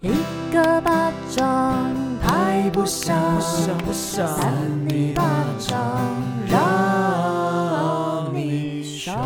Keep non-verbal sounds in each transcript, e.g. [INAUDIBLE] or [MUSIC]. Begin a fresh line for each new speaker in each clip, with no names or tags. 一个巴掌拍不响，
不想
扇你巴掌让你爽。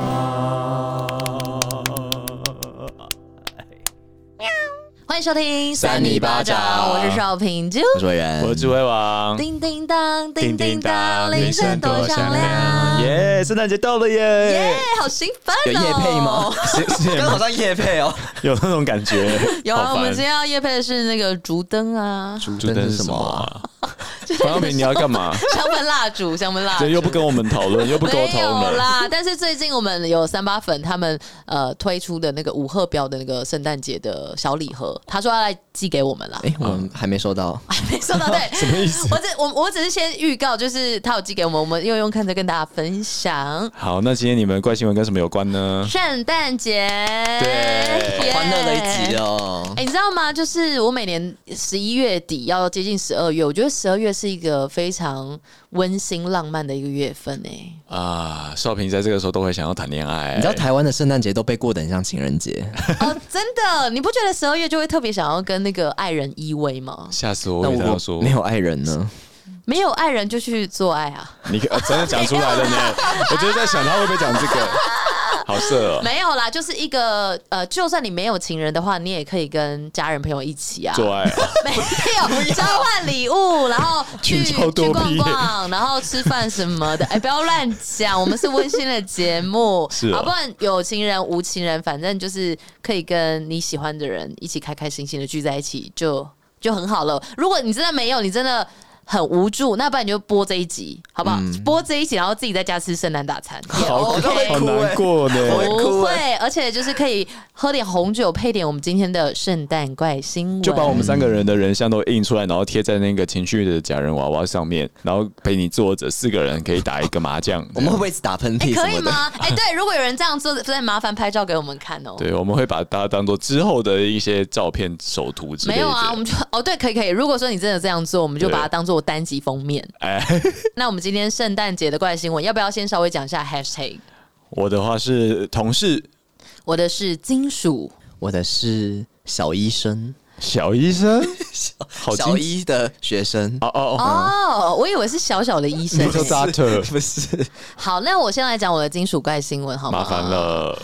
欢迎收听《
扇你巴掌
我是少平啾。
我是伟人，
我是智慧王，
叮叮当，叮叮
叮
当，
当
铃声多响亮！耶，
耶！圣诞节到了耶，
好兴奋哦！
有夜配吗？
是是也
刚
没
好像夜配哦，
[LAUGHS] 有那种感觉。
[LAUGHS] 有啊，
好
我
烦
们今天要夜配的是那个烛灯
[LAUGHS]
啊，
主灯是什么啊？ [LAUGHS] 黄耀明，你要干嘛？
[LAUGHS] 香氛蜡烛，香氛蜡烛
这。又不跟我们
[LAUGHS]
讨论，又不跟我
没
讨
有
论。
啦，但是最近我们有三八粉他们呃推出的那个五贺标的那个圣诞节的小礼盒，他说要来寄给我们啦，
哎、我们还没收到，
没收到对。
[LAUGHS] 什么意思？
我只我我只是先预告，就是他有寄给我们，我们用用看着跟大家分享
好，那今天你们怪新闻跟什么有关呢？
圣诞节，
对
耶
欢乐的一集哦
哎、。你知道吗？就是我每年十一月底要接近十二月，我觉得十二月是一个非常温馨浪漫的一个月份哎、
啊，少平在这个时候都会想要谈恋爱。
你知道台湾的圣诞节都被过得很像情人节，
[LAUGHS] 哦，真的，你不觉得十二月就会特别想要跟那个爱人依偎吗？
吓死我！
那
我以为他要
我
说
没有爱人呢，
没有爱人就去做爱啊？
你可哦真的讲出来了呢？
[LAUGHS]
我就是在想他会不会讲这个，好色哦，
没有啦，就是一个呃，就算你没有情人的话，你也可以跟家人朋友一起啊，
做爱哦。
没有交换礼物，然后去
群超
去
多
逛
逼
逛，然后吃饭什么的。哎、不要乱讲，我们是温馨的节目，
是哦
好，不然有情人无情人，反正就是可以跟你喜欢的人一起开开心心的聚在一起，就就很好了。如果你真的没有，你真的。很无助，那不然你就播这一集，好不好？播这一集，然后自己在家吃圣诞大餐，也
好
OK
好难过呢，
不会，而且就是可以喝点红酒，配点我们今天的圣诞怪新闻，
就把我们三个人的人像都印出来，然后贴在那个情绪的假人娃娃上面，然后陪你坐着，四个人可以打一个麻 [LAUGHS] 将。
我们会不会一直打喷
哎、
嚏什
可以
么的？ [LAUGHS]
吗？哎、对，如果有人这样做，再麻烦拍照给我们看哦。
对，我们会把它当做之后的一些照片、首图之类
没
的。
有啊，我们就哦，对，可以可以。如果说你真的这样做，我们就
对
把它当做单集封面。
哎， [LAUGHS]
那我们今天圣诞节的怪新闻，要不要先稍微讲一下 hashtag？
我的话是同事
我的是金属，
我的是小医生，
小医
[LAUGHS]
生，好
小
精
医的学生，
哦哦哦
哦，我以为是小小的医生
你。说
嗯
哎
doctor
[LAUGHS] 不是
[LAUGHS] 好，那我先来讲我的金属怪新闻，好吗？
麻烦。
哦
了。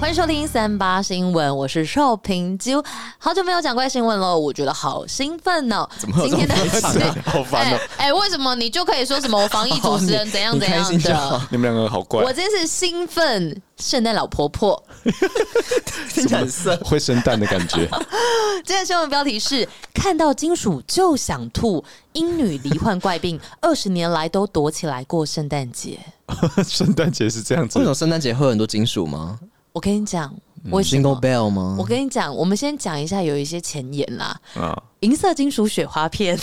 欢迎收听三八新闻，我是邵平啾，好久没有讲怪新闻了，我觉得好兴奋哦！
怎么会有
今天的
这么多
对
场
好烦哦
哎、哎为什么你就可以说什么我防疫主持
[LAUGHS] 哦
人
你
怎样
你
怎
开
样
心就
的
好？
你们两个好怪
我，真是兴奋圣诞老婆婆。 [LAUGHS]
听起来很色。
会生蛋的感觉。 [LAUGHS]
今天新闻标题是：看到金属就想吐，英女罹患怪病， [LAUGHS] 二十年来都躲起来过圣诞节。
圣诞节是这样
为什
哦
子，
么圣诞节会有很多金属吗
我跟你讲，
嗯
为什
？Jingle
么？
Bell 吗
我？跟你讲，我们先讲一下有一些前言啦，
啊，
银色金属雪花片。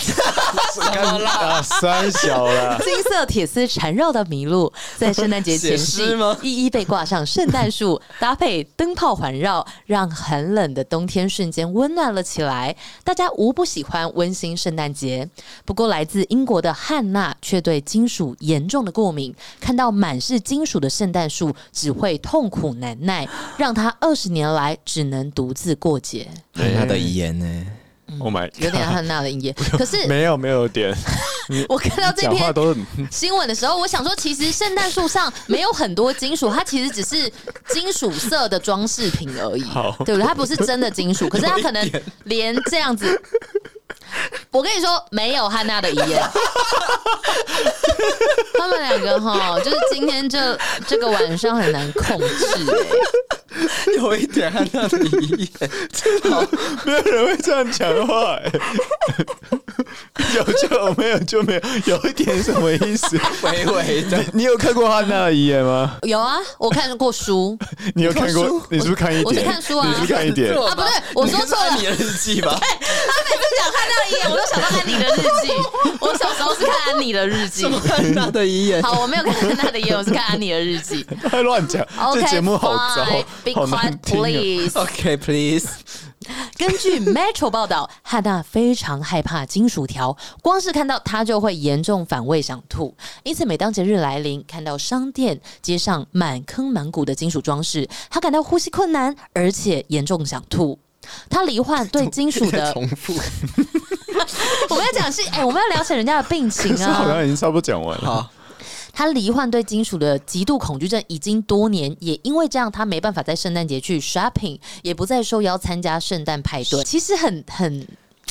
干啊，三小啦。
金色铁丝缠绕的麋鹿，在圣诞节前
写
夕
诗吗
一一被挂上圣诞树，搭配灯泡环绕，让寒冷的冬天瞬间温暖了起来。大家无不喜欢温馨圣诞节。不过，来自英国的汉娜却对金属严重的过敏，看到满是金属的圣诞树，只会痛苦难耐，让她二十年来只能独自过节。
汉娜的遗言呢、
Oh my，
嗯有点汉娜的音乐，可是
[LAUGHS] 没有没有点，
我看 [LAUGHS] 到这
讲话
篇
都很
新闻的时候，我想说，其实圣诞树上没有很多金属，它其实只是金属色的装饰品而已
好，
对不对？它不是真的金属，可是它可能连这样子。我跟你说，没有汉娜的遗言。 [LAUGHS] 他们两个哈，就是今天这这个晚上很难控制、欸。
[LAUGHS] 有一点汉娜的遗言，
[LAUGHS] 没有人会这样讲话、欸， [LAUGHS] 有就有，没有就没有，有一点什么意思？
[LAUGHS] 微微的。
[LAUGHS] 你有看过汉娜的遗言吗？
有啊，我看过书，
你有看
我
过？你是不是看一点？
我是看书啊
你是不是看
[LAUGHS]
一点？
啊不对我说错了
你的日记 [LAUGHS] 吧？
他每次讲汉娜的遗言，我就想到安妮的日记。我小时候是看安妮的日记
怎。么汉娜的遗 [LAUGHS] 言？
好，我没有看汉娜的遗言，我是看安妮的日记。
还乱讲
OK，
这节目好
fine，Be
糟，好难
quiet,
听、哦。
please。
，OK，please，、
根据 Metro 报道，汉娜非常害怕金属条，光是看到它就会严重反胃想吐。因此，每当节日来临，看到商店、街上满坑满谷的金属装饰，她感到呼吸困难，而且严重想吐。她罹患对金属
[LAUGHS]
的，
重复。
[LAUGHS] 我们要讲是，哎、我们要了解人家的病情
[LAUGHS] 这好
啊。
像已经差不多讲完了。
好，
她罹患对金属的极度恐惧症已经多年，也因为这样，她没办法在圣诞节去 shopping，也不再受邀参加圣诞派对。其实很很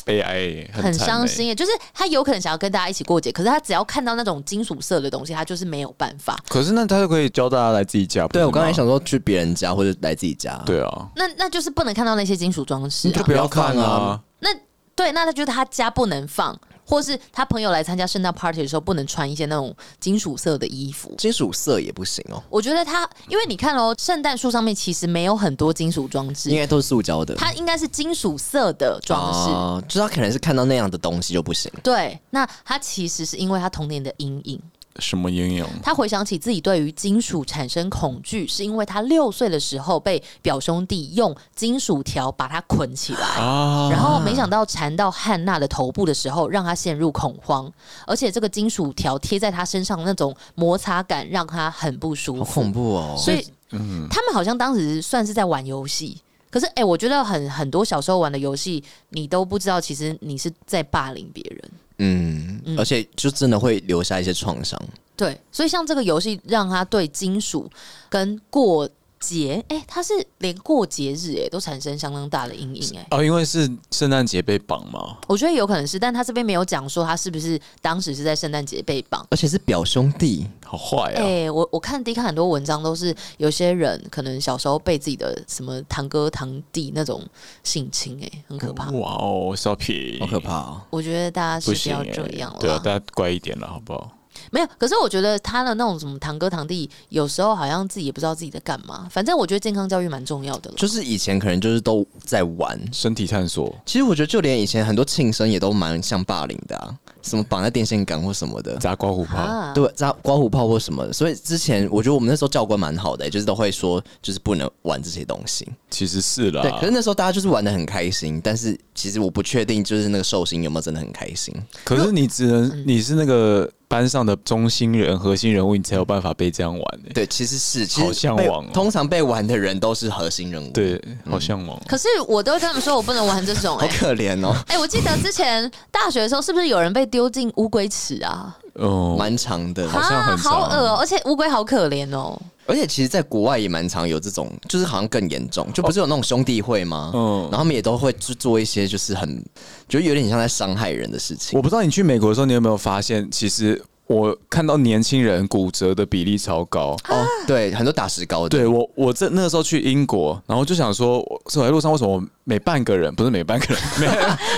悲哀耶，
很
惨欸
伤
耶
心耶，就是他有可能想要跟大家一起过节，可是他只要看到那种金属色的东西，他就是没有办法。
可是那他就可以教大家来自己家。不
对
是
我刚才
吗，
想说去别人家或者来自己家，，
对啊，
那那就是不能看到那些金属装饰、
你就
啊
不。要
不要
看
放
啊
啊。
那对，那他就是他家不能放，或是他朋友来参加圣诞 party 的时候不能穿一些那种金属色的衣服。
金属色也不行哦，
我觉得他，因为你看哦，圣诞树上面其实没有很多金属装
应
置，
该都是塑胶的。
它应该是金属色的装饰。
哦，就是他可能是看到那样的东西就不行。
对，那他其实是因为他童年的阴影，
什么阴影？
他回想起自己对于金属产生恐惧，是因为他六岁的时候被表兄弟用金属条把他捆起来。
啊
然后没想到缠到汉娜的头部的时候，让她陷入恐慌，而且这个金属条贴在她身上那种摩擦感让她很不舒
好
服。
恐怖哦！
所以，他们好像当时算是在玩游戏。可是，哎、我觉得很很多小时候玩的游戏，你都不知道，其实你是在霸凌别人。
嗯，而且就真的会留下一些创伤。
对，所以像这个游戏让他对金属跟过节，哎、他是连过节日哎都产生相当大的阴影哎、
哦，因为是圣诞节被绑嘛，
我觉得有可能是，但他这边没有讲说他是不是当时是在圣诞节被绑。
而且是表兄弟，
好坏啊！
哎、我我看 D 看很多文章都是有些人可能小时候被自己的什么堂哥堂弟那种性侵、哎，很可怕。
哇哦，Sophie，
好可怕哦！
我觉得大家
不
是不
行
要
耶
这样了。
对啊，大家乖一点了，好不好？
没有，可是我觉得他的那种什么堂哥堂弟，有时候好像自己也不知道自己在干嘛。反正我觉得健康教育蛮重要的了。
就是以前可能就是都在玩。
身体探索，
其实我觉得，就连以前很多庆生也都蛮像霸凌的、啊，什么绑在电线杆或什么的，
砸刮胡泡，
啊，
对，扎刮胡泡或什么的。所以之前我觉得我们那时候教官蛮好的、欸就是都会说，就是不能玩这些东西。
其实是啦
对，。可是那时候大家就是玩的很开心，但是其实我不确定，就是那个寿星有没有真的很开心。
可是你只
嗯
能你是那个班上的中心人、核心人物，你才有办法被这样玩欸
对，其实是，其
好
实
向
被
往哦
通常被玩的人都是核心人物，，
对，好向往。
可是我都会跟他们说，我不能玩这
[LAUGHS]
种、
好
哎、
可怜哦，
哎、我记得之前大学的时候，是不是有人被丢进乌龟池啊？
哦，
蛮长的。
好像
啊，
很
好
长
恶、哦，而且乌龟好可怜哦。
而且其实，在国外也蛮常有这种，就是好像更严重，就不是有那种兄弟会吗？
嗯
嗯，然后他们也都会去做一些，就是很，就有点像在伤害人的事情
我。不知道你去美国的时候，你有没有发现，其实我看到年轻人骨折的比例超高。
哦，对，很多打石膏的，
对我，我这那个时候去英国，然后就想说，我走在路上为什么每半个人不是每半个人， [LAUGHS] 每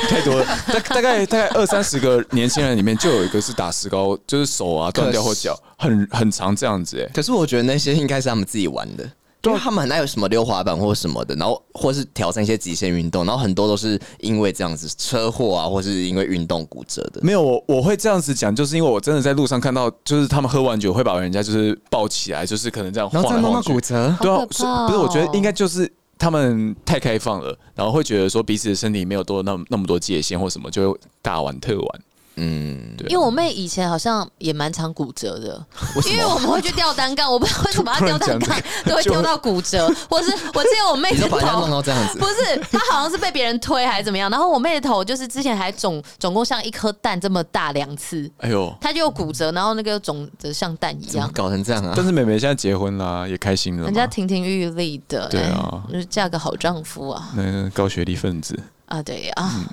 太多了，大大概大概二三十个年轻人里面就有一个是打石膏，就是手啊断掉或脚，很很长这样子、欸。
可是我觉得那些应该是他们自己玩的，因为他们很爱有什么溜滑板或什么的，然后或是挑战一些极限运动，然后很多都是因为这样子车祸啊，或是因为运动骨折的。
没有，我我会这样子讲，就是因为我真的在路上看到，就是他们喝完酒会把人家就是抱起来，就是可能这样晃来晃去。
折，
对啊
好，可
所
怕
以不是，我觉
哦
得应该就是他们太开放了，然后会觉得说彼此的身体没有多那么那么多界限或什么，就会大玩特玩。
嗯，
对啊
因为我妹以前好像也蛮常骨折
[LAUGHS]
的，
为什
因为我
么？
们会去吊单杠，我不知道为什么要
突然
吊单杠
讲
都会吊到骨折，或是我记得我妹
你
的
就把人家弄
头。
到这样子
[LAUGHS] 不，是，她好像是被别人推还是怎么样，然后我妹的头就是之前还肿，总共像一颗蛋这么大两次，
哎呦，
她就有骨折，然后那个肿的像蛋一
怎么
样，
搞成这样啊
但？是妹妹现在结婚啦，也开心了嘛。
人家亭亭玉立的，
对啊
哎就是嫁个好丈夫啊
那高学历分子，
啊，对啊，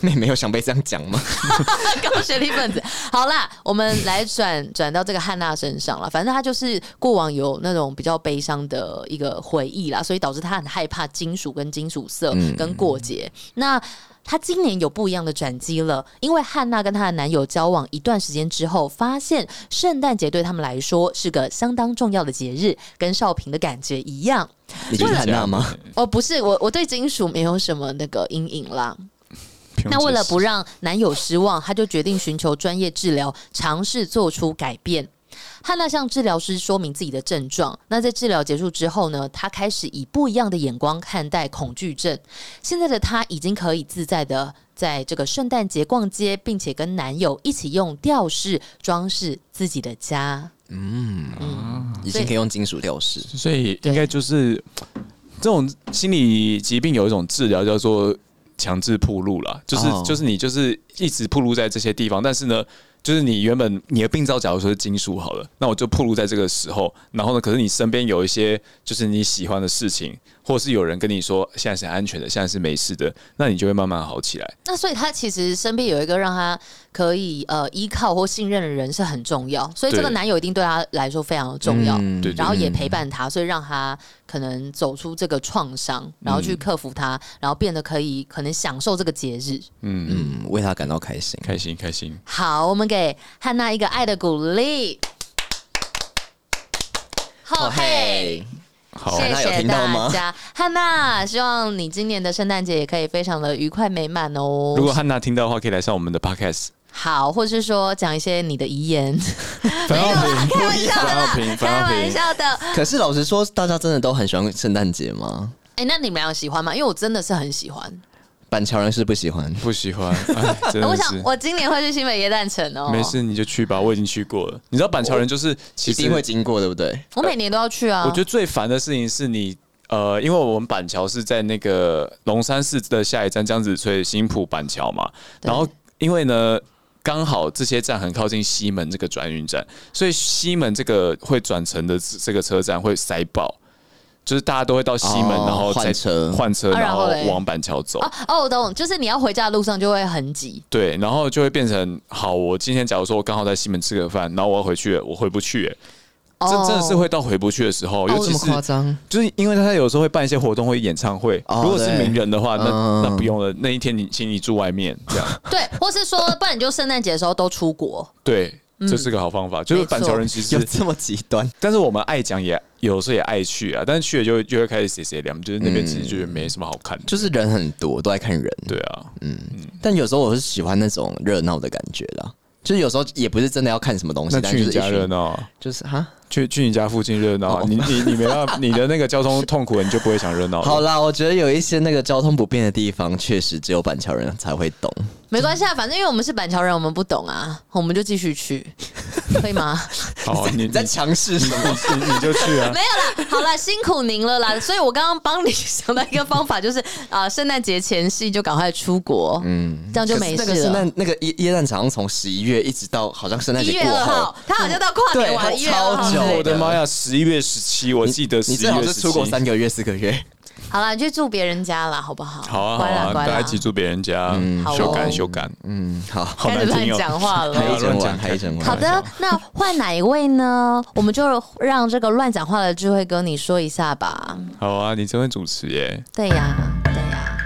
妹妹有想被这样讲吗？
[LAUGHS] 高学历分子。好啦，我们来转转到这个汉娜身上了。反正她就是过往有那种比较悲伤的一个回忆啦，所以导致她很害怕金属跟金属色跟过节。那她今年有不一样的转机了，因为汉娜跟她的男友交往一段时间之后，发现圣诞节对他们来说是个相当重要的节日，跟少平的感觉一样。
你就是汉娜吗？
哦，不是，我我对金属没有什么那个阴影啦。
平庸
那为了
之
不让男友失望，她就决定寻求专业治疗，尝试做出改变。汉娜向治疗师说明自己的症状。那在治疗结束之后呢，她开始以不一样的眼光看待恐惧症。现在的她已经可以自在的在这个圣诞节逛街，并且跟男友一起用吊饰装饰自己的家。
已经可以用金属吊饰。
所以
对
应该就是这种心理疾病有一种治疗叫做强制铺路啦，就是、
哦
就是你就是一直铺路在这些地方，但是呢。就是你原本你的病灶，假如说是金属好了，那我就铺路在这个时候。然后呢，可是你身边有一些就是你喜欢的事情，或者是有人跟你说现在是安全的，现在是没事的，那你就会慢慢好起来。
那所以他其实身边有一个让他可以呃依靠或信任的人是很重要，所以这个
对
男友一定对他来说非常重要，
嗯
对对
然后也陪伴他，所以让他可能走出这个创伤，然后去克服它，然后变得可以可能享受这个节日。
嗯，
嗯，为他感到开心。
开心开心。
好，我们给汉娜一个爱的鼓励。好哦嘿，
好，
谢
汉娜有
谢
听到吗
大家，汉娜，希望你今年的圣诞节也可以非常的愉快美满哦。
如果汉娜听到的话，可以来上我们的 podcast。
好，或是说讲一些你的遗言，
樊耀平，
[LAUGHS] 开玩笑的
樊
啦
耀平，
开
樊耀
玩
平，
笑的。
可是老实说，大家真的都很喜欢圣诞节吗？
哎、那你们俩喜欢吗？因为我真的是很喜欢，
板桥人是不喜欢。
不喜欢，哎真
我
的
想
是。
我今年会去新北耶诞城哦。
没，事，你就去吧，我已经去过了。你知道板桥人就是，其
一
实
定会经过，对不对？
我每年都要去啊。
我觉得最烦的事情是你。呃，因为我们板桥是在那个龙山寺的下一站江子翠新浦板桥嘛，
对
然后因为呢，刚好这些站很靠近西门这个转运站，所以西门这个会转乘的这个车站会塞爆，就是大家都会到西门，
哦
然后再
换车
换车，
啊
然
然后
后
嘞
往板桥走。
哦哦，我懂，就是你要回家的路上就会很挤。
对，然后就会变成好，我今天假如说我刚好在西门吃个饭，然后我要回去了，我回不去了，
哦，
真真的是会到回不去的时候，尤
哦这
其
么
是
夸张？
就是因为他有时候会办一些活动，会演唱会。
哦
如果是名人的话，
对
那
嗯
那不用了。那一天你请你住外面，
[LAUGHS]
这样
对，或是说，不然你就圣诞节的时候都出国。
对，这是个好方法。就是板桥人其
有
实，
这么极端？
但是我们爱讲也有时候也爱去啊，但是去了就就会开始谁谁凉，就是那边其实就觉得没什么好看的。
嗯就是嗯人很多，都在看人。
对啊，
但有时候我是喜欢那种热闹的感觉啦。就是有时候也不是真的要看什么东西
那，
但
去
就
你
是一群
家热，闹啊，
就是哈。
去去你家附近热闹啊，
哦
你你你没办法，你的那个交通痛苦，你就不会想热闹了。
好啦，我觉得有一些那个交通不便的地方，确实只有板桥人才会懂。
没关系啊，反正因为我们是板桥人，我们不懂啊，我们就继续去，可以
[LAUGHS]
吗？
好，哦你
你在
你
强势什么？
你你就去啊
没。有啦，好啦，辛苦您了啦。所以我刚刚帮你 [LAUGHS] 想到一个方法，就是啊，圣诞节前夕就赶快出国，嗯，这样就没
可
事
是那个
了。
圣诞那个耶耶诞场从十一月一直到好像圣诞
一
节
月
过
二
后
号，，他好像到跨年
对
完，一月二
超
号之
久
类的
我的妈呀！十一月十七，我记得十
你
一
最好
月
是
十
出国
七。
三个月四个月。
好啦，你去住别人家啦，好不好？
好啊，好
乖啦
啊，
乖
大家
啦
一起住别人家，嗯
好哦
修改修改，
嗯，好，
好
开始
难
乱
听哦。
讲话
好
了
还。有一整
乱讲
晚，还有一整晚。
好的，那换哪一位呢？我们就让这个乱讲话的智慧哥你说一下吧。
好啊，你真会主持耶！
对呀，对呀。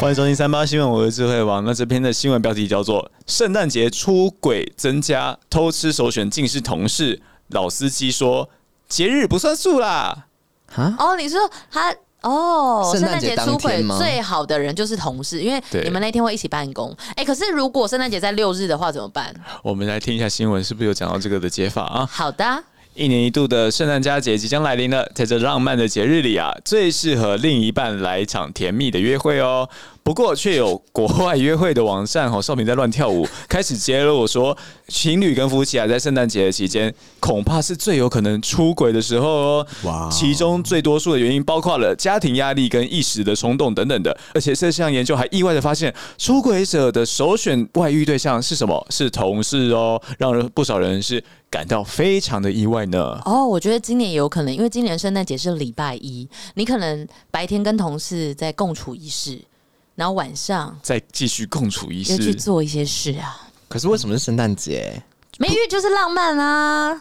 欢迎收听三八新闻，我是智慧王。那这篇的新闻标题叫做“圣诞节出轨增加，偷吃首选竟是同事”，老司机说节日不算数啦。
啊，
哦，你说他。哦，
圣
圣
诞
诞
节
节出
当
轨
天吗
最好的人就是同事，因为
对
你们那天会一起办公。哎、可是如果圣诞节在六日的话怎么办？
我们来听一下新闻，是不是有讲到这个的解法啊？
好的啊，
一年一度的圣诞佳节即将来临了，在这浪漫的节日里啊，最适合另一半来一场甜蜜的约会哦。不过，却有国外约会的网站哦，少平在乱跳舞，开始揭露说，情侣跟夫妻啊，在圣诞节的期间，恐怕是最有哦可能出轨的时候哦。
哇哦
其中最多数的原因包括了家庭压力跟一时的冲动等等的。而且这项研究还意外的发现，出轨者的首选外遇对象是什么？是同事哦，让人不少人是感到非常的意外呢。
哦，我觉得今年也有可能，因为今年圣诞节是礼拜一，你可能白天跟同事在共处一室，然后晚上
再继续共处一
又去
室，
做一些事啊，
可是为什么是圣诞节？
没遇就是浪漫啊。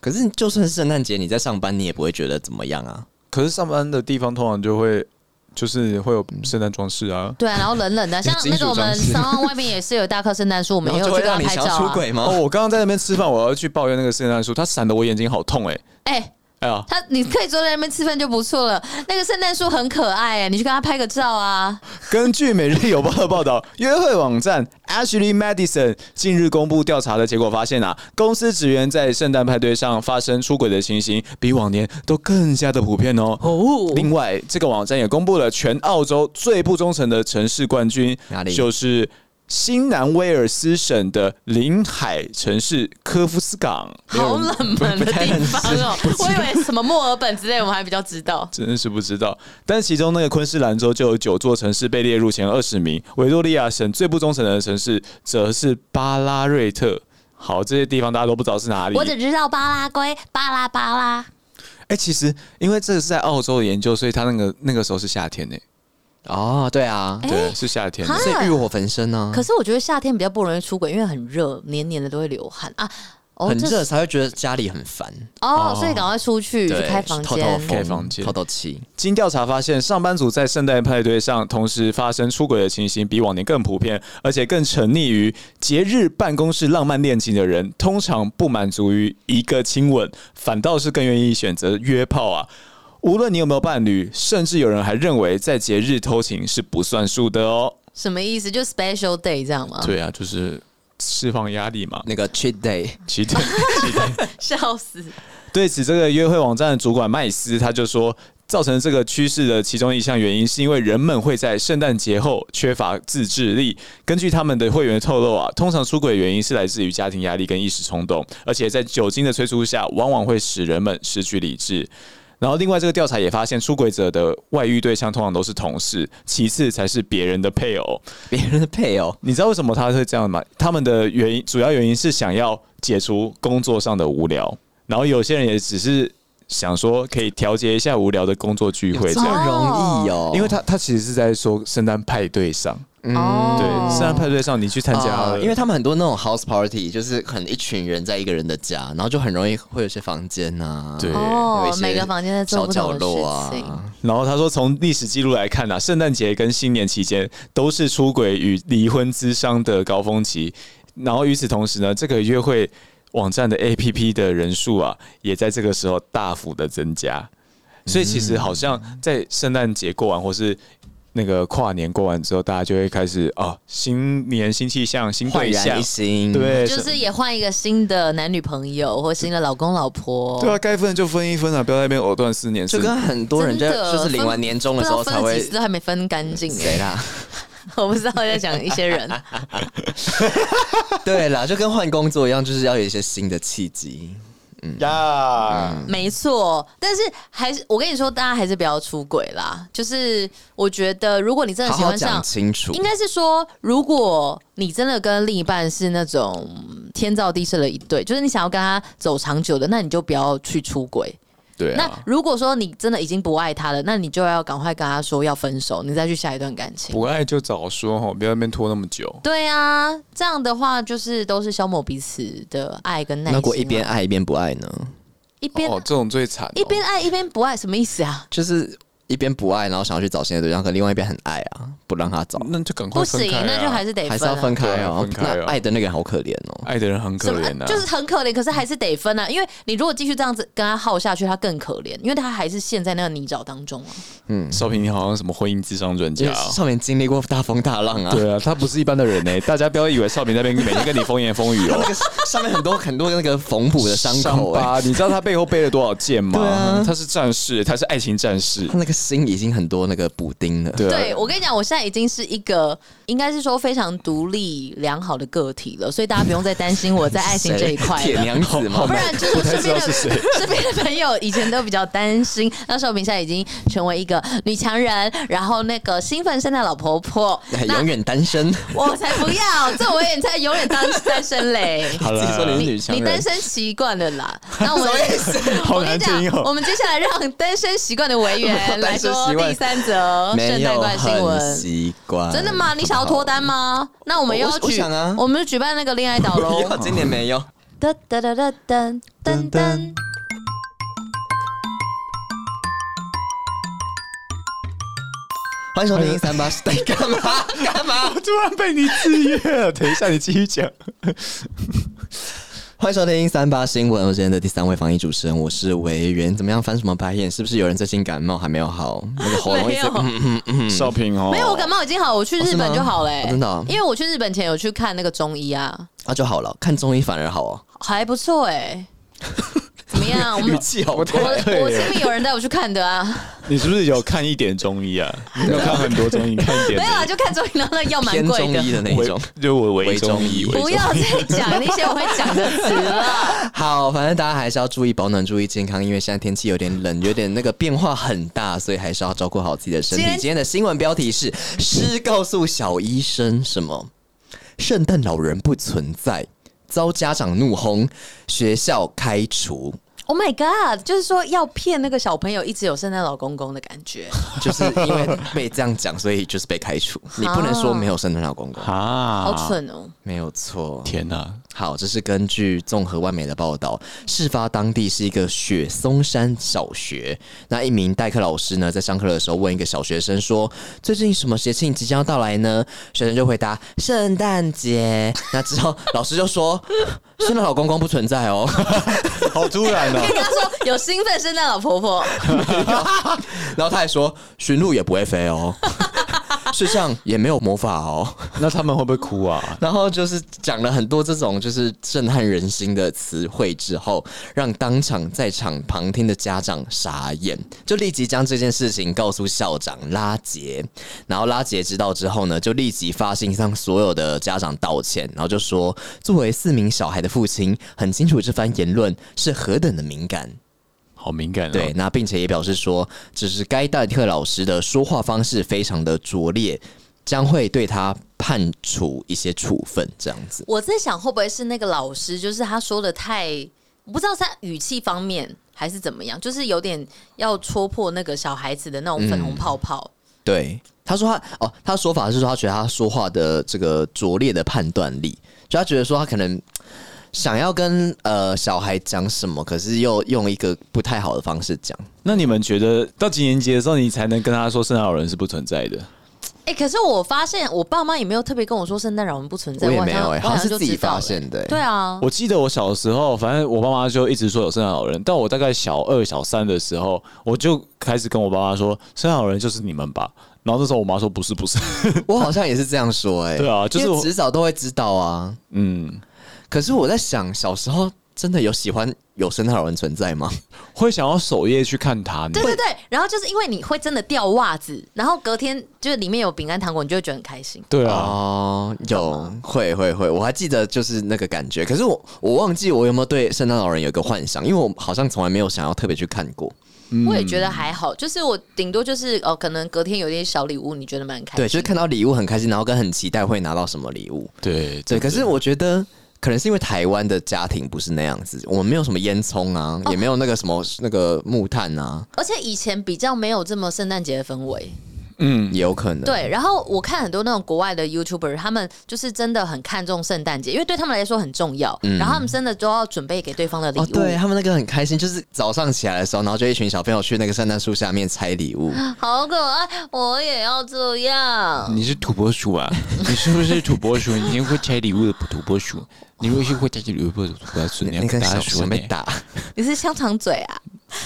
可是就算是圣诞节，你在上班，你也不会觉得怎么样啊。
可是上班的地方通常就会就是会有圣诞装饰啊。
对啊，然后冷
[LAUGHS]
冷的，像那个我们
金属装饰
三湾外面也是有一大棵圣诞树，我们
然
也
后
有
就
去
会
跟他
让你
拍
想
照
要出
啊。
轨吗？
哦，我刚刚在那边吃饭，我要去抱怨那个圣诞树，它闪得我眼睛好痛哎、
哎、
哎、哎呀，
他你可以坐在那边吃饭就不错了。那个圣诞树很可爱、哎，你去跟他拍个照啊。
[LAUGHS] 根据《每日邮报》的报道，约会网站 Ashley Madison 近日公布调查的结果，发现啊，公司职员在圣诞派对上发生出轨的情形，比往年都更加的普遍哦。
哦
另外，这个网站也公布了全澳洲最不忠诚的城市冠军
哪，里
就是新南威尔斯省的临海城市科夫斯港。
好冷门的地方哦、 [LAUGHS] 我以为什么墨尔本之类，我们还比较知道。
真是不知道。但其中那个昆士兰州就有九座城市被列入前二十名，维多利亚省最不忠诚的城市则是巴拉瑞特。好，这些地方大家都不知道是哪里。
我只知道巴拉圭，巴拉巴拉。
哎、其实因为这个是在澳洲的研究，所以他那个那个时候是夏天呢、
哦，对啊，
哎
对，是夏天。
哈
所以欲火焚身呢、啊
可，是我觉得夏天比较不容易出轨，因为很热，黏黏的都会流汗啊。哦，
很
这
热才会觉得家里很烦，
哦
哦，
所以赶快出去去
对，
开房
透透
间。
风
开房间
透透气。
经调查发现，上班族在圣诞派对上同时发生出轨的情形比往年更普遍，而且更沉溺于节日办公室浪漫恋情的人，通常不满足于一个亲吻，反倒是更愿意选择约炮啊。无论你有没有伴侣，甚至有人还认为在节日偷情是不算数的哦。
什么意思？就 special day 这样吗？
对啊，就是释放压力嘛。
那个 cheat day， [LAUGHS]
期待，期待。
笑死！
对此，这个约会网站的主管麦斯他就说，造成这个趋势的其中一项原因，是因为人们会在圣诞节后缺乏自制力。根据他们的会员透露啊，通常出轨的原因是来自于家庭压力跟一时冲动，而且在酒精的催促下，往往会使人们失去理智。然后，另外这个调查也发现，出轨者的外遇对象通常都是同事，其次才是别人的配偶。
别人的配偶，
你知道为什么他会这样吗？他们的原因主要原因是想要解除工作上的无聊，然后有些人也只是想说可以调节一下无聊的工作聚会
有
这
这么
样。
容易哦，
因为他他其实是在说圣诞派对上，
哦
嗯
对，圣诞派对上你去参加
啊
了，
因为他们很多那种 house party，就是很一群人在一个人的家，然后就很容易会有些房间呐、啊，
对
哦
有一，些
每个房间在做
小
不
角
同的
落
事
啊，
情。
然后他说从历史记录来看啊，圣诞节跟新年期间都是出轨与离婚之商的高峰期，然后与此同时呢，这个约会网站的 APP 的人数啊，也在这个时候大幅的增加，所以其实好像在圣诞节过完或是。那个跨年过完之后，大家就会开始哦，新年新气象、新
焕
对
然
象
一，新，，
对，
就是也换一个新的男女朋友或新的老公老婆。
对啊，该分的就分一分啊，不要在那边藕断丝连。
就跟很多人
真
在
的
就是领完年终
不
的
知
时
道
候
分
才
了几
会
次都还没分干净
谁
哎，
啦？
[LAUGHS] 我不知道我在讲一些
[LAUGHS]
人。
对啦，就跟换工作一样，就是要有一些新的契机。
嗯呀，
没错，但是还是我跟你说，大家还是不要出轨啦。就是我觉得，如果你真的
好
喜
好
欢上，
讲清楚，
应该是说，如果你真的跟另一半是那种嗯天造地设的一对，就是你想要跟他走长久的，那你就不要去出轨。
对
那
啊，
如果说你真的已经不爱他了，那你就要赶快跟他说要分手，你再去下一段感情。
不爱就早说哈，不要在那边拖那么久。
对啊，这样的话就是都是消磨彼此的爱跟耐心啊、
那如果一边爱一边不爱呢？
一边、
哦，这种最惨、哦，
一边爱一边不爱，什么意思啊？
就是一边不爱，然后想要去找新的对象，可另外一边很爱啊，不让他找，
嗯
那就赶快
不
分
行
开、啊，，
那就还是得
还是
分
要
啊
分开
对啊
哦
分。开哦
那爱的那个人好可怜哦。
爱的人很可
怎么啊
怜啊呐、
就是很可怜，可是还是得分啊，因为你如果继续这样子跟他耗下去，他更可怜，因为他还是陷在那个泥沼当中啊。
少平，你好像什么婚姻智商专
因
家、
为
哦。
少年经历过大风大浪啊，
对啊，他不是一般的人呢、 [LAUGHS] 大家不要以为少平那边每天跟你风言风语
他
哦
[LAUGHS] 那，个上面很多很多那个缝补的伤口、哎，
疤，你知道他背后背了多少剑吗？
对啊
他是战士，他是爱情战士
他。那个心已经很多那个补丁了。
对啊
对我跟你讲，我现在已经是一个应该是说非常独立良好的个体了，所以大家不用再担心我在爱情这一块
铁
了。
娘子嘛
不，然就是身边的
不太知道
[LAUGHS] 身边的朋友以前都比较担心，那少平现在已经成为一个女强人，然后那个兴奋圣诞老婆婆，那
哎
哎
永远单身。
我才不要，这我也才永远当单身嘞。
[LAUGHS] 好了
自己说你是女
你
强
单
人，
身习惯了
[LAUGHS]
啦，那我们
好
[LAUGHS] 我跟
难
你
听
讲，
哦
我们接下来让单身习惯的委
[LAUGHS]
员来
单身
说
习惯
第三则圣
没
诞
有
哦怪新
很
闻。
习惯。
真的吗？你想要脱单吗？那我们又要
我我
举，
想啊
我们就举办那个恋爱岛
[LAUGHS] 不
喽。
要？今
[LAUGHS]
年没有。
噔噔噔噔噔噔噔。
欢迎收听三 [LAUGHS] 八，在干嘛？干嘛？
我突然被你制约了，等一下你继续讲。
欢迎收听三八新闻，我是今天的第三位防疫主持人，我是维园。怎么样翻什么白眼？是不是有人最近感冒还没有好？嗯那个喉咙一
[LAUGHS] 没
直
有
少平哦，
没有，我感冒已经好，我去日
哦是
本
吗
就好嘞、
哦真的哦
因为我去日本前有去看那个中医啊，
啊就好了，看中医反而好哦。
还不错哎、
[LAUGHS]
怎么样？我们
语气好
我
怪，
我亲密有人带我去看的啊，
[LAUGHS]
你是不是有看一点中医啊？你有没有看很多中医，你看一点
没有啊，就看中医，然后那药蛮
偏
贵
中医
的。
的那一种。
微就我为中医，
微中医
不啊要再讲那些我会讲的词了。
好，反正大家还是要注意保暖，注意健康，因为现在天气有点冷，有点那个变化很大，所以还是要照顾好自己的身体。
今
今
天
天的新闻标题是：诗告诉小医生什么？圣诞老人不存在，遭家长怒轰，学校开除。
[LAUGHS] Oh my god！就是说要骗那个小朋友一直有圣诞老公公的感觉，
就是因为被这样讲，所以就是被开除。你不能说没有圣诞老公公，
啊，
好！蠢哦、
[LAUGHS] 没有错。
天哪，
好，这是根据综合外媒的报道，事发当地是一个雪松山小学。那一名代课老师呢，在上课的时候问一个小学生说：“最近什么节庆即将要到来呢？”学生就回答：“圣诞节。”那之后老师就说：“圣诞老公公不存在哦。” [LAUGHS]
好突然
可以
哦！
跟他说有兴奋圣诞老婆婆，
然后他还说：“驯鹿也不会飞哦， [LAUGHS] 世上也没有魔法哦。”
[LAUGHS] 那他们会不会哭啊？
然后就是讲了很多这种就是震撼人心的词汇之后，让当场在场旁听的家长傻眼，就立即将这件事情告诉校长拉杰。然后拉杰知道之后呢，就立即发信向所有的家长道歉，然后就说，作为四名小孩的父亲，很清楚这番言论是何等的敏感。
好敏感哦！
对，，那并且也表示说，只是该代课老师的说话方式非常的拙劣，将会对他判处一些处分，这样子。
我在想会不会是那个老师，就是他说的太，我不知道是他语气方面还是怎么样，就是有点要戳破那个小孩子的那种粉红泡泡。
对，他说他哦，他的说法是说他觉得他说话的这个拙劣的判断力，就他觉得说他可能呃想要跟呃小孩讲什么，可是又用一个不太好的方式讲。
那你们觉得到几年级的时候，你才能跟他说圣诞老人是不存在的？
哎、可是我发现我爸妈也没有特别跟我说圣诞老人不存在，
我也
好
没
像
有哎、
我好
好
像
像
就是
自己
知道
发
了
现的、欸。
对啊，
我记得我小时候，反正我爸妈就一直说有圣诞老人，但我大概小二、小三的时候，我就开始跟我爸妈说，圣诞老人就是你们吧。然后那时候我妈说不是不是， [LAUGHS]
我好像也是这样说哎、
对啊就是
因为
我
迟早都会知道啊。
嗯，
可是我在想，小时候真的有喜欢有圣诞老人存在吗？
会想要守夜去看他呢。
对对对，然后就是因为你会真的掉袜子，然后隔天就是里面有饼干糖果，你就会觉得很开心。
对啊，
哦，有会会会，我还记得就是那个感觉。可是我我忘记我有没有对圣诞老人有个幻想，因为我好像从来没有想要特别去看过。嗯
我也觉得还好，就是我顶多就是哦，可能隔天有点小礼物，你觉得蛮开心。
对，就是看到礼物很开心，然后跟很期待会拿到什么礼物。
对
对，可是
我。
我觉得。可能是因为台湾的家庭不是那样子，我们没有什么烟囱啊，
哦
也没有那个什么那个木炭啊，
而且以前比较没有这么圣诞节的氛围。
嗯
也有可能。，
对，然后我看很多那种国外的 YouTuber，他们就是真的很看重圣诞节，因为对他们来说很重要。然后他们真的都要准备给对方的礼物。
嗯哦，对他们那个很开心，就是早上起来的时候，然后就一群小朋友去那个圣诞树下面拆礼物。
啊
好可爱，我也要这样。
嗯
你是土拨鼠啊？你是不是土拨鼠？你一定会拆礼物的土拨鼠，你会是会拆礼物的土拨鼠？你要
那
跟
个
大家
小
说
小
呢
被，打， [LAUGHS]
你是香肠嘴啊？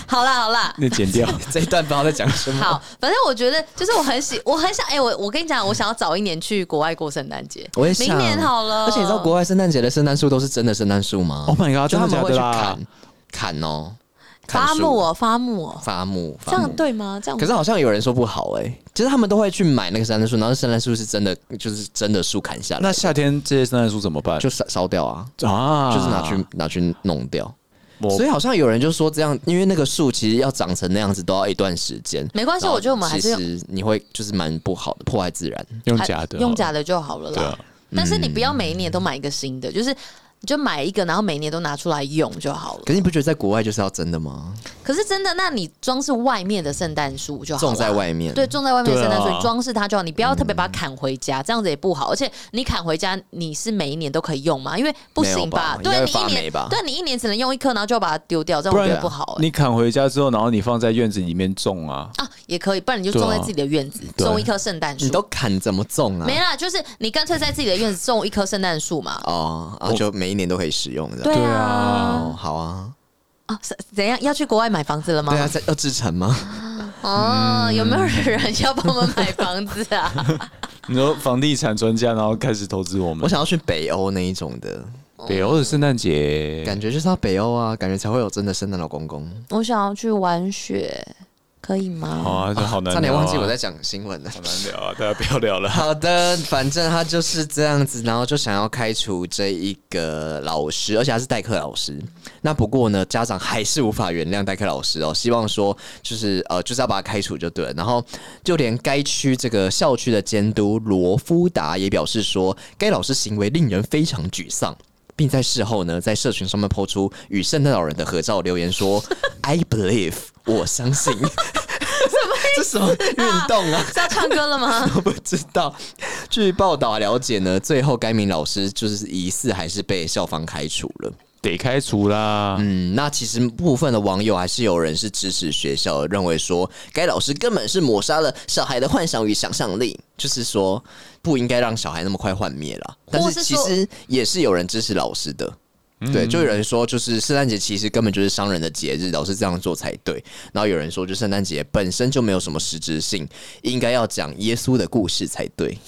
好啦好啦，
那剪掉。
这一段不知道在讲什
[LAUGHS]
么。
好，反正我觉得就是我很喜，我很想哎、我我跟你讲，我想要早一年去国外过圣诞节，
我也想
明年好了。
而且你知道国外圣诞节的圣诞树都是真的圣诞树吗
Oh my god！
就
真
他们
的假
会
的
去
啦？
砍砍哦，砍
发
树
木哦，发木哦，
伐木，伐
这样
木。
对吗？这样
可是好像有人说不好哎、就是他们都会去买那个圣诞树，然后圣诞树是真的，就是真的树砍下来，
[LAUGHS] 那夏天这些圣诞树怎么办？
就烧烧掉啊，
啊
就是拿去拿去弄掉。
我
所以好像有人就说这样，因为那个树其实要长成那样子都要一段时间。
没关系，我觉得我们还是
然
用
后其实你会就是蛮不好的，破坏自然。
用
还
假的，哦
用假的就好了
对
啦
啊。
但是你不要每一年都买一个新的，就是。你就买一个，然后每年都拿出来用就好了。
可是你不觉得在国外就是要真的吗？
可可是真的，那你装饰外面的圣诞树就好
种
了
在外面，
对，，种在外面的
对
圣诞树，
啊
你装饰它就好，你不要特别把它砍回家，这样子也不好。而且你砍回家，你是每一年都可以用吗？因为不
没有
行
吧应该
对啊
会
你
发
一
霉
年
吧
对你一年只能用一颗，然后就要把它丢掉，这样
不
我
然
觉得不好、欸。
你砍回家之后，然后你放在院子里面种啊，
啊，也可以，不然你就
对啊
种在自己的院子，
对
种一棵圣诞树
你。都砍怎么种啊？
没啦，就是你干脆在自己的院子种一棵圣诞树嘛。
哦，然后就每一年都可以使用的。
对
对
啊
啊，
哦，好啊，
啊，是怎样？要去国外买房子了吗
对？啊，在要制成吗？
哦，有没有人要帮我们买房子
[LAUGHS]
啊？
你说房地产专家，然后开始投资我们。
我想要去北欧那一种的
北欧的圣诞节，
感觉，就是要北欧啊，感觉才会有真的圣诞老公公。
我想要去玩雪，可以吗？
好啊，这好难、
差点忘记我在。讲新闻了。
好难聊啊，大家不要
[LAUGHS]
聊 [LAUGHS] 了。
好的，反正他就是这样子，然后就想要开除这一个老师，而且他是代课老师。那不过呢，家长还是无法原谅代课老师哦，希望说就是呃，就是要把他开除就对了。然后就连该区这个校区的监督罗夫达也表示说，该老师行为令人非常沮丧。并在事后呢，在社群上面抛出与圣诞老人的合照，留言说：“I believe，我相信。” [LAUGHS] 什么？ [LAUGHS] 这什么运动啊？
是要唱歌了吗？
[LAUGHS] 我不知道。据报道了解呢，最后该名老师就是疑似还是被校方开除了。
得开除啦。
嗯，那其实部分的网友还是有人是支持学校的，认为说该老师根本是抹杀了小孩的幻想与想象力，就是说不应该让小孩那么快幻灭了。但
或
是
是
其
说
实也是有人支持老师的。对，就有人说，就是圣诞节其实根本就是商人的节日，老师这样做才对。然后有人说，就圣诞节本身就没有什么实质性，应该要讲耶稣的故事才对。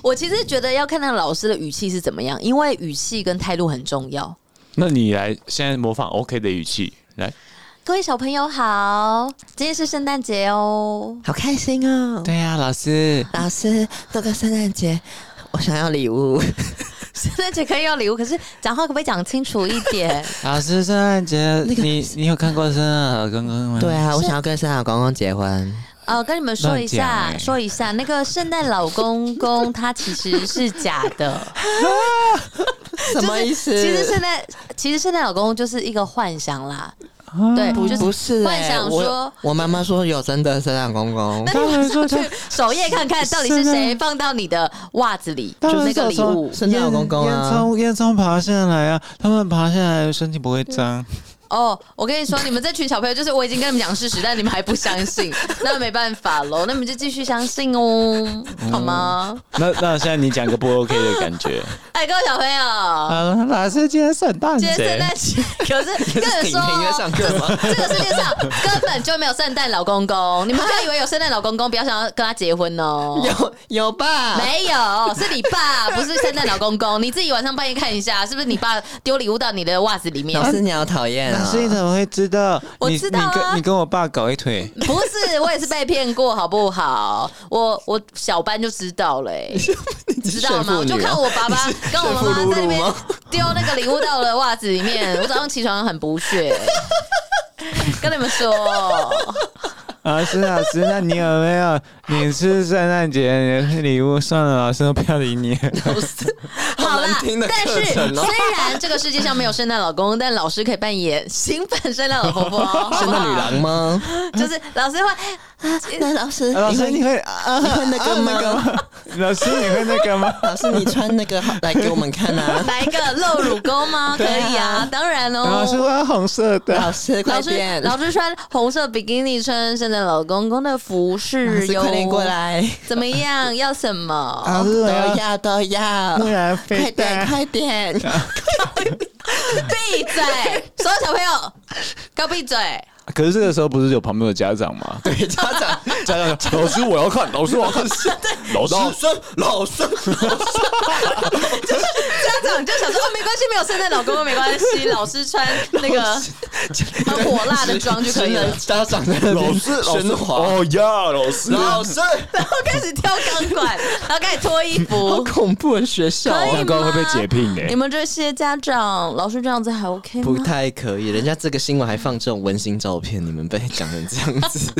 我其实觉得要看那个老师的语气是怎么样，因为语气跟态度很重要。
那你来现在模仿 OK 的语气来。
各位小朋友好，今天是圣诞节哦。
好开心哦！
对呀、老师，
老师，这个圣诞节我想要礼物。
[LAUGHS] 圣诞节可以要礼物，可是讲话可不可以讲清楚一
[LAUGHS]
点？
老师，圣诞节你你有看过圣诞老公公吗
对啊，我想要跟圣诞老公公结婚。
哦，跟你们说一下
乱，讲欸
说一下，那个圣诞老公公他其实是假的，
[LAUGHS] 什么意思？
其实圣诞其实圣诞老公公就是一个幻想啦，对，
不
就是
不是、欸，
幻想说
我。我妈妈说有真的圣诞公公
那，你们上去 [LAUGHS] 首页看看到底是谁放到你的袜子里，就是那个礼物
哦圣诞老公公啊，
烟囱爬下来啊，他们爬下来身体不会脏。
哦。我跟你说，你们这群小朋友就是我已经跟你们讲事实，但你们还不相信，那没办法喽，那你们就继续相信哦，好吗？
那那现在你讲个不 OK 的感 [LAUGHS] 觉。
哎，各位小朋友，
啊，老师今天圣诞
今天圣诞节，可是跟你
挺
[LAUGHS]
说
平约
哦。
上课吗？
这个世界上根本就没有圣诞老公公，你们不要以为有圣诞老公公，不要想要跟他结婚哦。
有有吧？
没有，是你爸，不是圣诞老公公。你自己晚上半夜看一下，是不是你爸丢礼物到你的袜子里面
老？师你好讨厌啊！
怎么会知道？
我知道啊
跟我爸搞一腿，
不是，我也是被骗过，好不好？ [LAUGHS] 我我小班就知道了、
[LAUGHS]
欸，知道吗？我
啊
就看我爸爸跟我妈妈在那边丢那个礼物到我的袜子里面， [LAUGHS] 我早上起床很不屑。 [LAUGHS] 跟你们说，
老师老师，那你有没有？你是圣诞节你的礼物，算了，老师都不要理你。
[LAUGHS]
好
难
啦，
听的
但
课
是
程哦
虽然这个世界上没有圣诞老公，但老师可以扮演新版圣诞老婆
[LAUGHS]
婆，
圣诞女郎吗？
就是老师会
那 [LAUGHS]
[LAUGHS]
老师，
老
你
师
会
你会，
你会那个吗？
老师你会那个吗？
老师你穿那个好来给我们看啊！
来一个露乳沟吗？可
对啊
以啊，当然
老师
哦。
我要红色
老
的，
师快
老师
点，，
老师穿红色比基尼，穿圣诞老公公的服
老
饰
师
哟。
快点过，来，啊
怎么样？要什么？
都要都要，
木兰
快
飞
点
弹。
快点！
闭嘴！所有小朋友，给我闭嘴！
可是这个时候不是有旁边的家长吗？
对，家长，
家长说，老师我要看，老师我 [LAUGHS] 要看，老师
老师，老师，
家长就想说，哦，没关系，没有圣诞老公公没关系，老师穿那个很火辣的妆就可以 [LAUGHS] 了。
家长在那边喧哗，
哦呀，老师
老师，
然后开始跳钢管，然后开始脱衣服。
恐怖的学校哦
可以
难怪会被解聘
你
哎。
们这些家长，老师这样子还 OK
不
吗？
太可以，人家这个新闻还放这种温馨照片，你们被讲成这样
[LAUGHS]
子。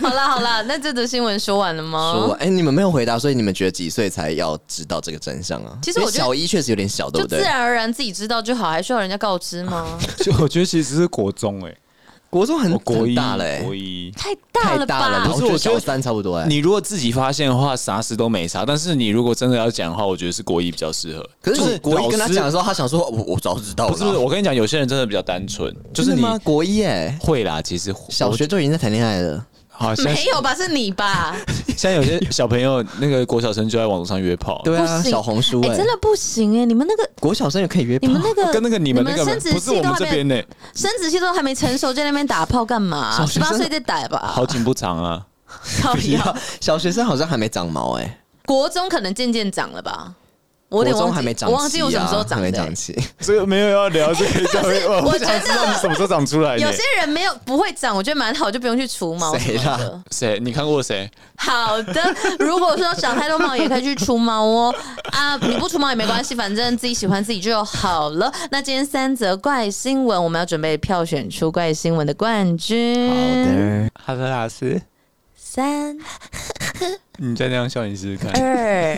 好啦好啦，那这则新闻说完了吗？
说，哎、你们没有回答，所以你们觉得几岁才要知道这个真相啊？
其实我
因为
觉得
小一确实有点小，对
就
不
自
对？ [LAUGHS]
然而然自己知道就好，还需要人家告知吗？
就我觉得其实是国中哎，
国中很
我国
很
一
大了欸
国一。
太大
太
了
大
吧？
了，
不是
我觉
我觉
得
得
小三差不多哎。
你如果自己发现的话，啥事都没啥。但是你如果真的要讲的话，我觉得是国一比较适合。
可是
就
你国一跟他
老师
讲的时候，他想说，我我早知道了。啊
不是不是，我跟你讲，有些人真的比较单纯，就是
真的
你
吗？国一哎，
会啦，其实
小学就已经在谈恋爱了。
好
[LAUGHS]
像
没有吧？是你吧？
现在有些小朋友那个国小生就在网络上约炮，
[LAUGHS] 对啊，
不行
小红书
哎、
哎
真，的不行哎、你们那个，
国小生也可以约炮
你。们
[LAUGHS]
那个，
跟那个你们那个
生殖
不
器
是我
都
们
还
这
没
边呢、欸
生殖器都还没成熟，在那边打炮干嘛？
小
十
学生
八岁再打吧，
好景不长啊。
靠呀！
小学生好像还没长毛哎，
国中可能渐渐长了吧，我有
国
点忘
中
记，
还没长
我
齐啊，
忘记我什么时候长的
还没
欸、
长齐。
这个没有要聊这个，哦我
[LAUGHS] 我觉
不
得
想知道你什么时候长出来的
有。些人没有不会长，我觉得蛮好，就不用去除毛什
谁
么
啦
的。 [LAUGHS]
谁？你看过谁？
好的，如果说长太多毛，也可以去除毛哦。啊，你不除毛也没关系，反正自己喜欢自己就好了。那今天三则怪新闻，我们要准备票选出怪新闻的冠军。
好，的，
哈特老师，
三
你再那样笑，你试试看。
二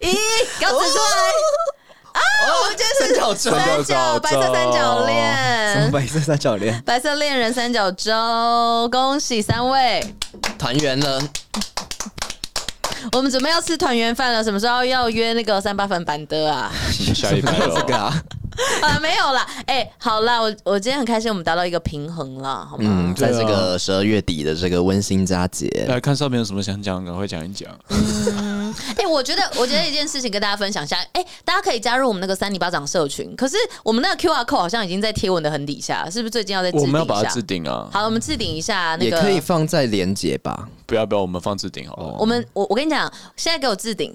一，给我指出来！
哦
哦
我今天三角洲
三角白色三角
什么
恋。
白色三角恋
白色恋人三角洲，恭喜三位！
[LAUGHS] 团圆了，
我们准备要吃团圆饭了，什么时候要约那个三八粉板的啊？
下
[LAUGHS]
一排
这个
哦，
啊，
啊，没有啦，哎、好啦，我我今天很开心，我们达到一个平衡了，好吗？
嗯，在
对啊
这个十二月底的这个温馨佳节，
来呃看上面有什么想讲，赶快讲一讲。
哎、我觉得，我觉得一件事情跟大家分享一下，哎、大家可以加入我们那个三里巴掌社群，可是我们那个 QR code 好像已经在贴文的很底下，是不是最近要再置
我
顶
们要
一
把它
下？
置顶啊！
好，我们置顶一下那
也
个。
可以放在连结吧。
不要不要，我们放置顶好了。
我们我我跟你讲，现在给我置顶，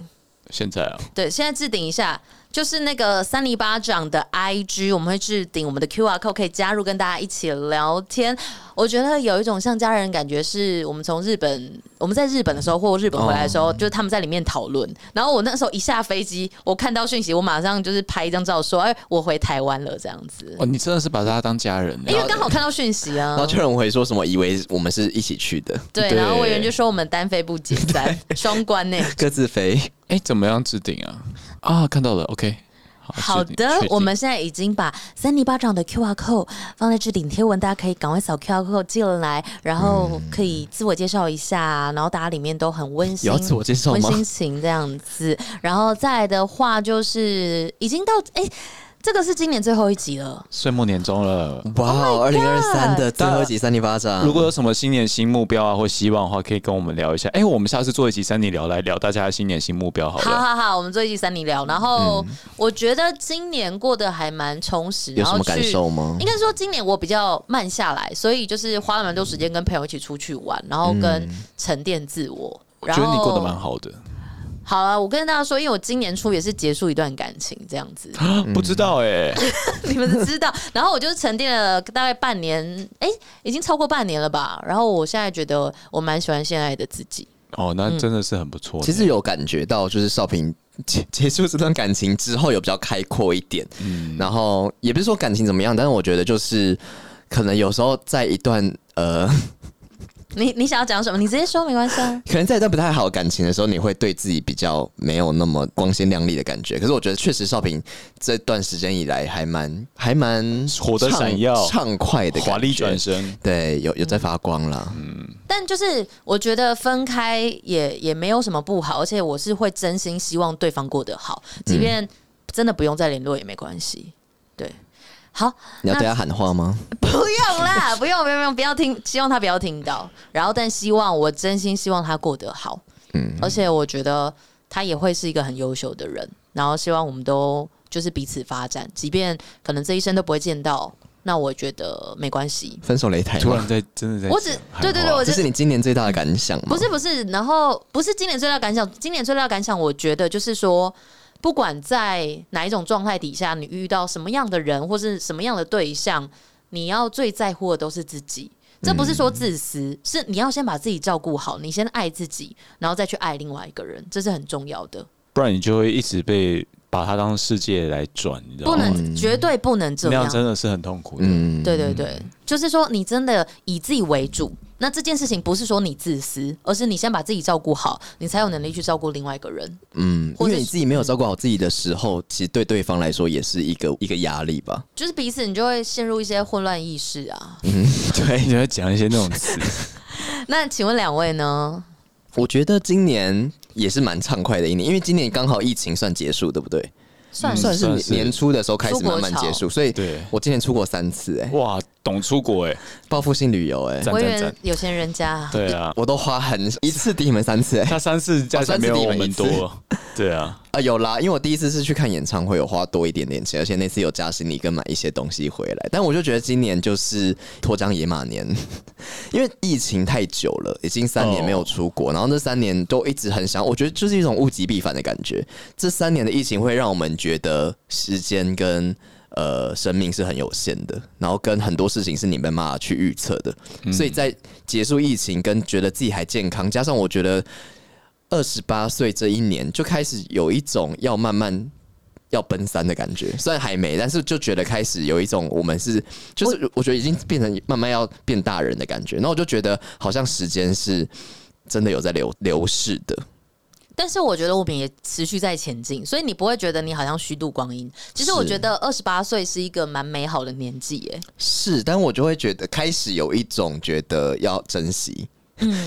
现在啊，
对，现在置顶一下，就是那个三里巴掌的 IG，我们会置顶我们的 QR code，可以加入跟大家一起聊天。我觉得有一种像家人感觉，是我们从日本，我们在日本的时候或日本回来的时候，
哦
就是他们在里面讨论。然后我那时候一下飞机，我看到讯息，我马上就是拍一张照说，哎，我回台湾了这样子，
哦，你真的是把大家当家人呢
因。为刚好看到讯息啊
然后。就有人会说什么，以为我们是一起去的，
对，
对
然后委员就说我们单飞不解
[LAUGHS]
散，双关呢、
[LAUGHS] 各自飞。
哎，怎么样置顶啊？啊，看到了，OK。
好
置顶
的
确，定
我们现在已经把三尼巴掌的 QR code 放在置顶贴文，大家可以赶快扫 QR code 进来，然后可以自我介绍一下，然后大家里面都很温馨，
有嗯要自我介绍
温
吗
馨情这样子。然后再来的话就是已经到哎、这个是今年最后一集了，
岁末年终了。
Oh
哇，二零二三的最后一集三零八掌，
如果有什么新年新目标啊或希望的话，可以跟我们聊一下。哎、我们下次做一集三年聊来聊大家的新年新目标好了。
好好好，我们做一集三尼聊。然后我觉得今年过得还蛮充实，
有
然
什
后
么
去
感受吗
应？该说今年我比较慢下来，所以就是花了蛮多时间跟朋友一起出去玩，然后跟沉淀自我。
我
然
觉
后
得你过得蛮好的，
好啊！我跟大家说，因为我今年初也是结束一段感情，这样子
不知道哎、
嗯
你们是知道。然后我就是沉淀了大概半年，哎、已经超过半年了吧。然后我现在觉得我蛮喜欢现在的自己。
哦，那真的是很不错、
嗯其实有感觉到，就是少平结结束这段感情之后，有比较开阔一点。然后也不是说感情怎么样，但是我觉得就是可能有时候在一段呃，
你你想要讲什么？你直接说没关系啊。
可能在一段不太好的感情的时候，你会对自己比较没有那么光鲜亮丽的感觉。可是我觉得确实少平这段时间以来还蛮还蛮
活得
畅
闪耀
畅快的
华丽
感觉
转。身，嗯
对，有有在发光了。
但就是我觉得分开也也没有什么不好，而且我是会真心希望对方过得好，即便真的不用再联络也没关系。对，好，
你要
那
对他喊话吗？
[LAUGHS]
嗯
不用啦，不用，不用，不用，不要听，希望他不要听到。然后，但希望我真心希望他过得好，嗯，而且我觉得他也会是一个很优秀的人。然后，希望我们都就是彼此发展，即便可能这一生都不会见到，那我觉得没关系。
分手擂台吗？
突然在真的在，
我只对对对，
啊
我
这
就是
你今年最大的感想吗？
不是不是，然后不是今年最大的感想，今年最大的感想，我觉得就是说，不管在哪一种状态底下，你遇到什么样的人或是什么样的对象，你要最在乎的都是自己。这不是说自私，是你要先把自己照顾好，你先爱自己，然后再去爱另外一个人，这是很重要的，
不然你就会一直被把它当世界来转，你知道
不
吗？
能绝对不能这
那
样
样。真的是很痛苦的。
嗯，
对对对，就是说你真的以自己为主，那这件事情不是说你自私，而是你先把自己照顾好，你才有能力去照顾另外一个人。
嗯，
或
因
者
为你自己没有照顾好自己的时候，其实对对方来说也是一个一个压力吧。
就是彼此，你就会陷入一些混乱意识啊。 [LAUGHS]
对，
你要讲一些那种词，
[LAUGHS]
那请问两位呢？
我觉得今年也是蛮畅快的一年，因为今年刚好疫情算结束，对不对？
算
嗯
是
算是
算是
年初的时候开始慢
出国
慢
潮
结束，所以
对
我今年出国三次、哎，
哇，懂出国哎、
报复性旅游、哎，
赞
我以
赞
为
赞，
有钱人家啊，
对啊，
我都花很一次抵你们三次、哎，
他三次加起来没有我们多，对啊，
啊，有啦，因为我第一次是去看演唱会，有花多一点点钱，而且那次有加行李跟买一些东西回来。但我就觉得今年就是脱缰野马年， [LAUGHS] 因为疫情太久了，已经三年没有出国，然后这三年都一直很想，我觉得就是一种物极必反的感觉。这三年的疫情会让我们觉得时间跟呃，生命是很有限的，然后跟很多事情是你没办法去预测的，所以在结束疫情跟觉得自己还健康，加上我觉得二十八岁这一年就开始有一种要慢慢要奔三的感觉，虽然还没，但是就觉得开始有一种我们是就是我觉得已经变成慢慢要变大人的感觉，然后我就觉得好像时间是真的有在流流逝的，
但是我觉得我们也持续在前进，所以你不会觉得你好像虚度光阴。其实我
是
觉得二十八岁是一个蛮美好的年纪耶。
是，但我就会觉得开始有一种觉得要珍惜。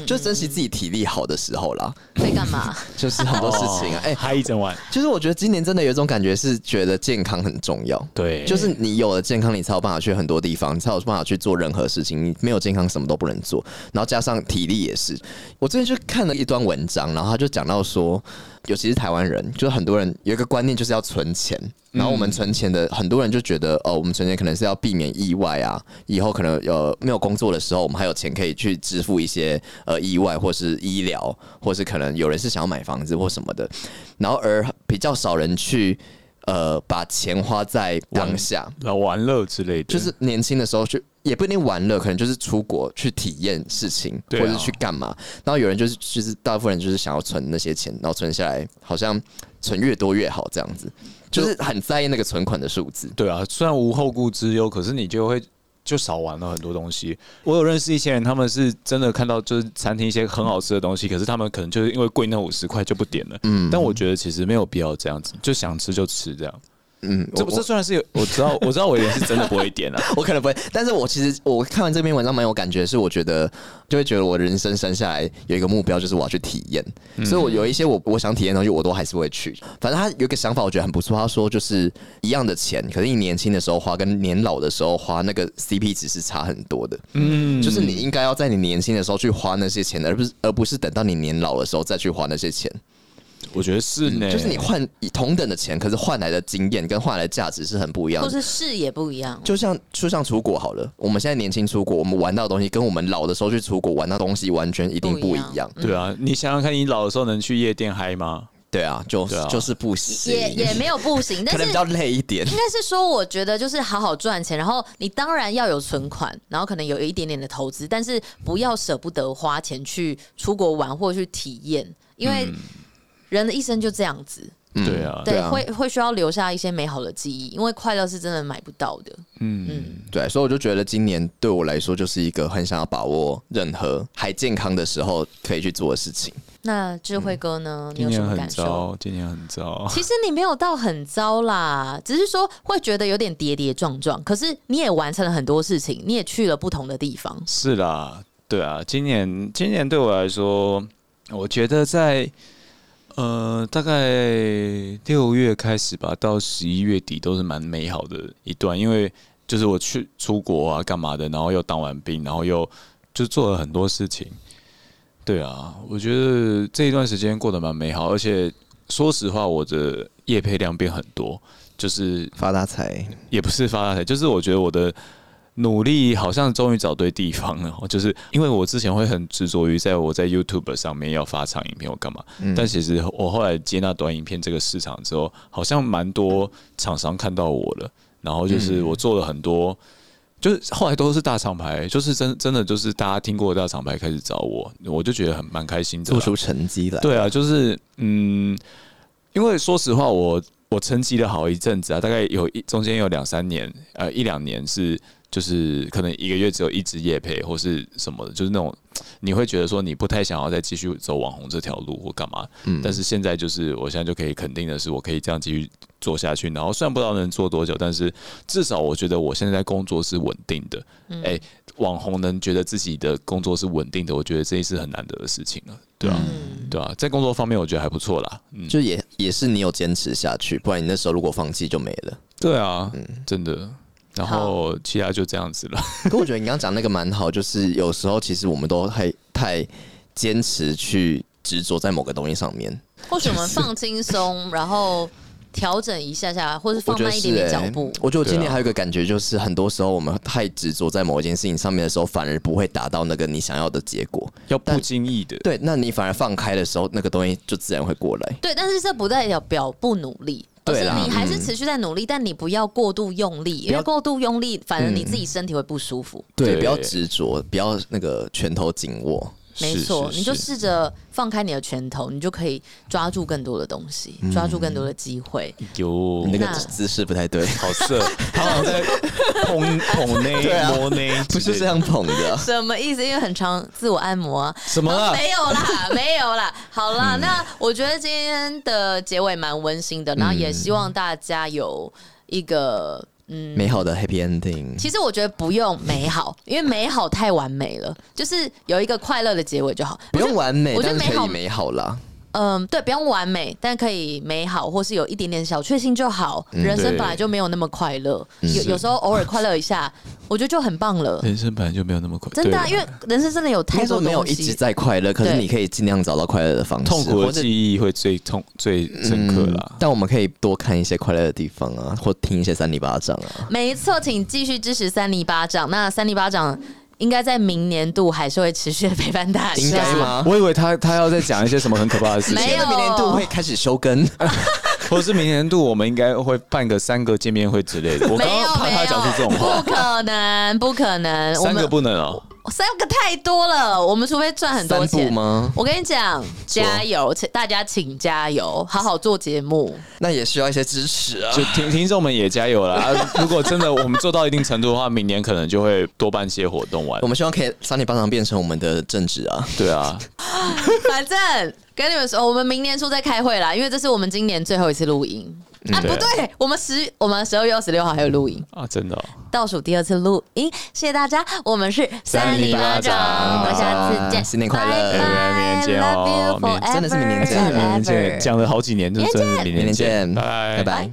就珍惜自己体力好的时候啦，
可以干
[LAUGHS]
嘛？
就是很多事情啊，哎、
嗨一整晚，
就是我觉得今年真的有一种感觉，是觉得健康很重要。
对，
就是你有了健康，你才有办法去很多地方，你才有办法去做任何事情。你没有健康，什么都不能做。然后加上体力也是，我最近去看了一段文章，然后他就讲到说，尤其是台湾人，就是很多人有一个观念就是要存钱。然后我们存钱的很多人就觉得，哦，我们存钱可能是要避免意外啊，以后可能有没有工作的时候，我们还有钱可以去支付一些呃意外或是医疗，或是可能有人是想要买房子或什么的。然后而比较少人去呃把钱花在当下，
然后玩乐之类的，
就是年轻的时候去，也不一定玩乐，可能就是出国去体验事情，
对啊
或者去干嘛。然后有人就是就是大部分人就是想要存那些钱，然后存下来，好像存越多越好这样子，就是很在意那个存款的数字。
对啊，虽然无后顾之忧，可是你就会就少玩了很多东西。我有认识一些人，他们是真的看到就是餐厅一些很好吃的东西，可是他们可能就是因为贵那五十块就不点了。嗯，但我觉得其实没有必要这样子，就想吃就吃这样。
嗯，
这
我
这虽然 [LAUGHS] 是有我知道我知道我也是真的不会点啊，
[LAUGHS] 我可能不会，但是我其实我看完这篇文章蛮有感觉，是我觉得就会觉得我人生生下来有一个目标，就是我要去体验，所以我有一些我我想体验的东西，我都还是会去。反正他有一个想法，我觉得很不错，他说就是一样的钱，可是你年轻的时候花跟年老的时候花，那个 CP 值是差很多的。
嗯，
就是你应该要在你年轻的时候去花那些钱，而不是而不是等到你年老的时候再去花那些钱。
[LAUGHS] 我觉得嗯是呢，
就是你换以同等的钱，可是换来的经验跟换来的价值是很不一样
或是
的。
视野不一样？
哦就像就像出国好了，我们现在年轻出国，我们玩到的东西跟我们老的时候去出国玩到的东西完全一定不一样。
对啊，你想想看，你老的时候能去夜店嗨吗？
对啊，就
对啊
就是不行，
也也没有不行，但
[LAUGHS] 可能
是
比较累一点。
应该是说，我觉得就是好好赚钱，然后你当然要有存款，然后可能有一点点的投资，但是不要舍不得花钱去出国玩或去体验，因为人的一生就这样子，
嗯
对嗯啊
对，
啊
会会需要留下一些美好的记忆，因为快乐是真的买不到的。
对，啊所以我就觉得今年对我来说就是一个很想要把握任何还健康的时候可以去做的事情。
那智慧哥呢？你
嗯今
有什
年
么
很
感受？
糟， [LAUGHS] 今年很糟。
其实你没有到很糟啦，只是说会觉得有点跌跌撞撞。可是你也完成了很多事情，你也去了不同的地方。
是啦，对啊，今年今年对我来说，我觉得在呃大概六月开始吧，到十一月底都是蛮美好的一段，因为就是我去出国啊干嘛的，然后又当完兵，然后又就做了很多事情。对啊，我觉得这一段时间过得蛮美好，而且说实话，我的业配量变很多，就是
发大财，
也不是发大财，就是我觉得我的努力好像终于找对地方了。 [LAUGHS] 就是因为我之前会很执着于在我在 YouTube 上面要发长影片，我干嘛？但其实我后来接纳短影片这个市场之后，好像蛮多厂商看到我了，然后就是我做了很多。就是后来都是大厂牌，就是真真的就是大家听过的大厂牌开始找我，我就觉得很蛮开心的啦。
做出成绩来。
对啊，就是嗯，因为说实话，我我沉寂了好一阵子啊，大概有一中间有两三年，呃，一两年是就是可能一个月只有一支夜配或是什么的，就是那种你会觉得说你不太想要再继续走网红这条路或干嘛。但是现在就是我现在就可以肯定的是，我可以这样继续做下去。然后虽然不知道能做多久，但是至少我觉得我现在工作是稳定的。
嗯
哎、网红能觉得自己的工作是稳定的，我觉得这是很难得的事情了，对啊，
嗯
对啊，在工作方面我觉得还不错啦。嗯，
就也也是你有坚持下去，不然你那时候如果放弃就没了。
对啊，真的。然后其他就这样子了。
[LAUGHS] 可我觉得你刚刚讲那个蛮好，就是有时候其实我们都太太坚持去执着在某个东西上面。
或许我们放轻松，然后调整一下下，或是
我
放
觉得
慢一
是
点点
欸
脚步。
我觉得我今
对
年
啊
还有一个感觉，就是很多时候我们太执着在某一件事情上面的时候，反而不会达到那个你想要的结果。
要不经意的，
对，那你反而放开的时候，那个东西就自然会过来。
对，但是这不代表表不努力。就
对
是
啦嗯
你还是持续在努力，但你不要过度用力，因
不
为
要嗯
过度用力，反而你自己身体会不舒服。
对，
对
不要执着，不要那个拳头紧握。
没
是
错，
是
你就是试着放开你的拳头，你就可以抓住更多的东西，
嗯
抓住更多的机会。
有
你那
那
个姿势不太对，
好色，他好像在捧捧内摸内，
[LAUGHS] 啊不是这样捧的。啊
[LAUGHS] 什么意思？因为很常自我按摩啊、
什么
啊
啊？
没有
[LAUGHS]
啦，没有啦。好
嗯
啦，那我觉得今天的结尾蛮温馨的，然后也希望大家有一个嗯。
美好的 happy ending。
其实我觉得不用美好，因为美好太完美了，就是有一个快乐的结尾就好。
不用完美，
我觉得
但是
美
可
好
以美好啦。
嗯，对，不用完美，但可以美好，或是有一点点小确幸就好。
嗯
人生
对
本来就没有那么快乐，有有时候偶尔快乐一下，我觉得就很棒了。
人生本来就没有那么快，
真的啊、
对
因为人生真的有
嗯应
太
该说
多
没有
东
一直
西。
在快乐，可是
对
你可以尽量找到快乐的方式，
痛苦
或
的
者
记忆会最痛最深刻啦
嗯。但我们可以多看一些快乐的地方啊，或听一些三里巴掌啊。
没错，请继续支持三里巴掌。那三里巴掌应该在明年度还是会持续的陪伴大
[LAUGHS]
家。
应该吗？
我以为他他要再讲一些什么很可怕的事
啊没
情，
有
明年度会开始休更，
或者是明年度我们应该会办个三个见面会之类的。我
没
刚
有
刚怕他讲出这种
没有
话
不，可能，不可能。我
三
们
个不能哦，
三个太多了，我们除非赚 [LAUGHS] 很多
三部
钱。
吗？
我跟你讲，加油，请大家请加油，好好做节
[LAUGHS]
目。
那也需要一些支持啊。
就听听众们也加油啦！啊如果真的我们做到一定程度的话，明年可能就会多办些活动玩
我。们希望可以三里巴掌变成我们的正职啊。
对啊，
反正跟你们说，我们明年初再开会啦，因为这是我们今年最后一次录音。啊，
嗯对
不对，我们十我们十二月二十六号还有录音，
啊，真的哦、
倒数第二次录音，谢谢大家，我们是
三里巴掌
我们下次见，
新年快乐
拜拜
明年见哦
love you
哎明
forever，
真的是明年见
and
讲了
ever
讲了好几年，就真的
明
明年
年
见，
见，
拜
拜。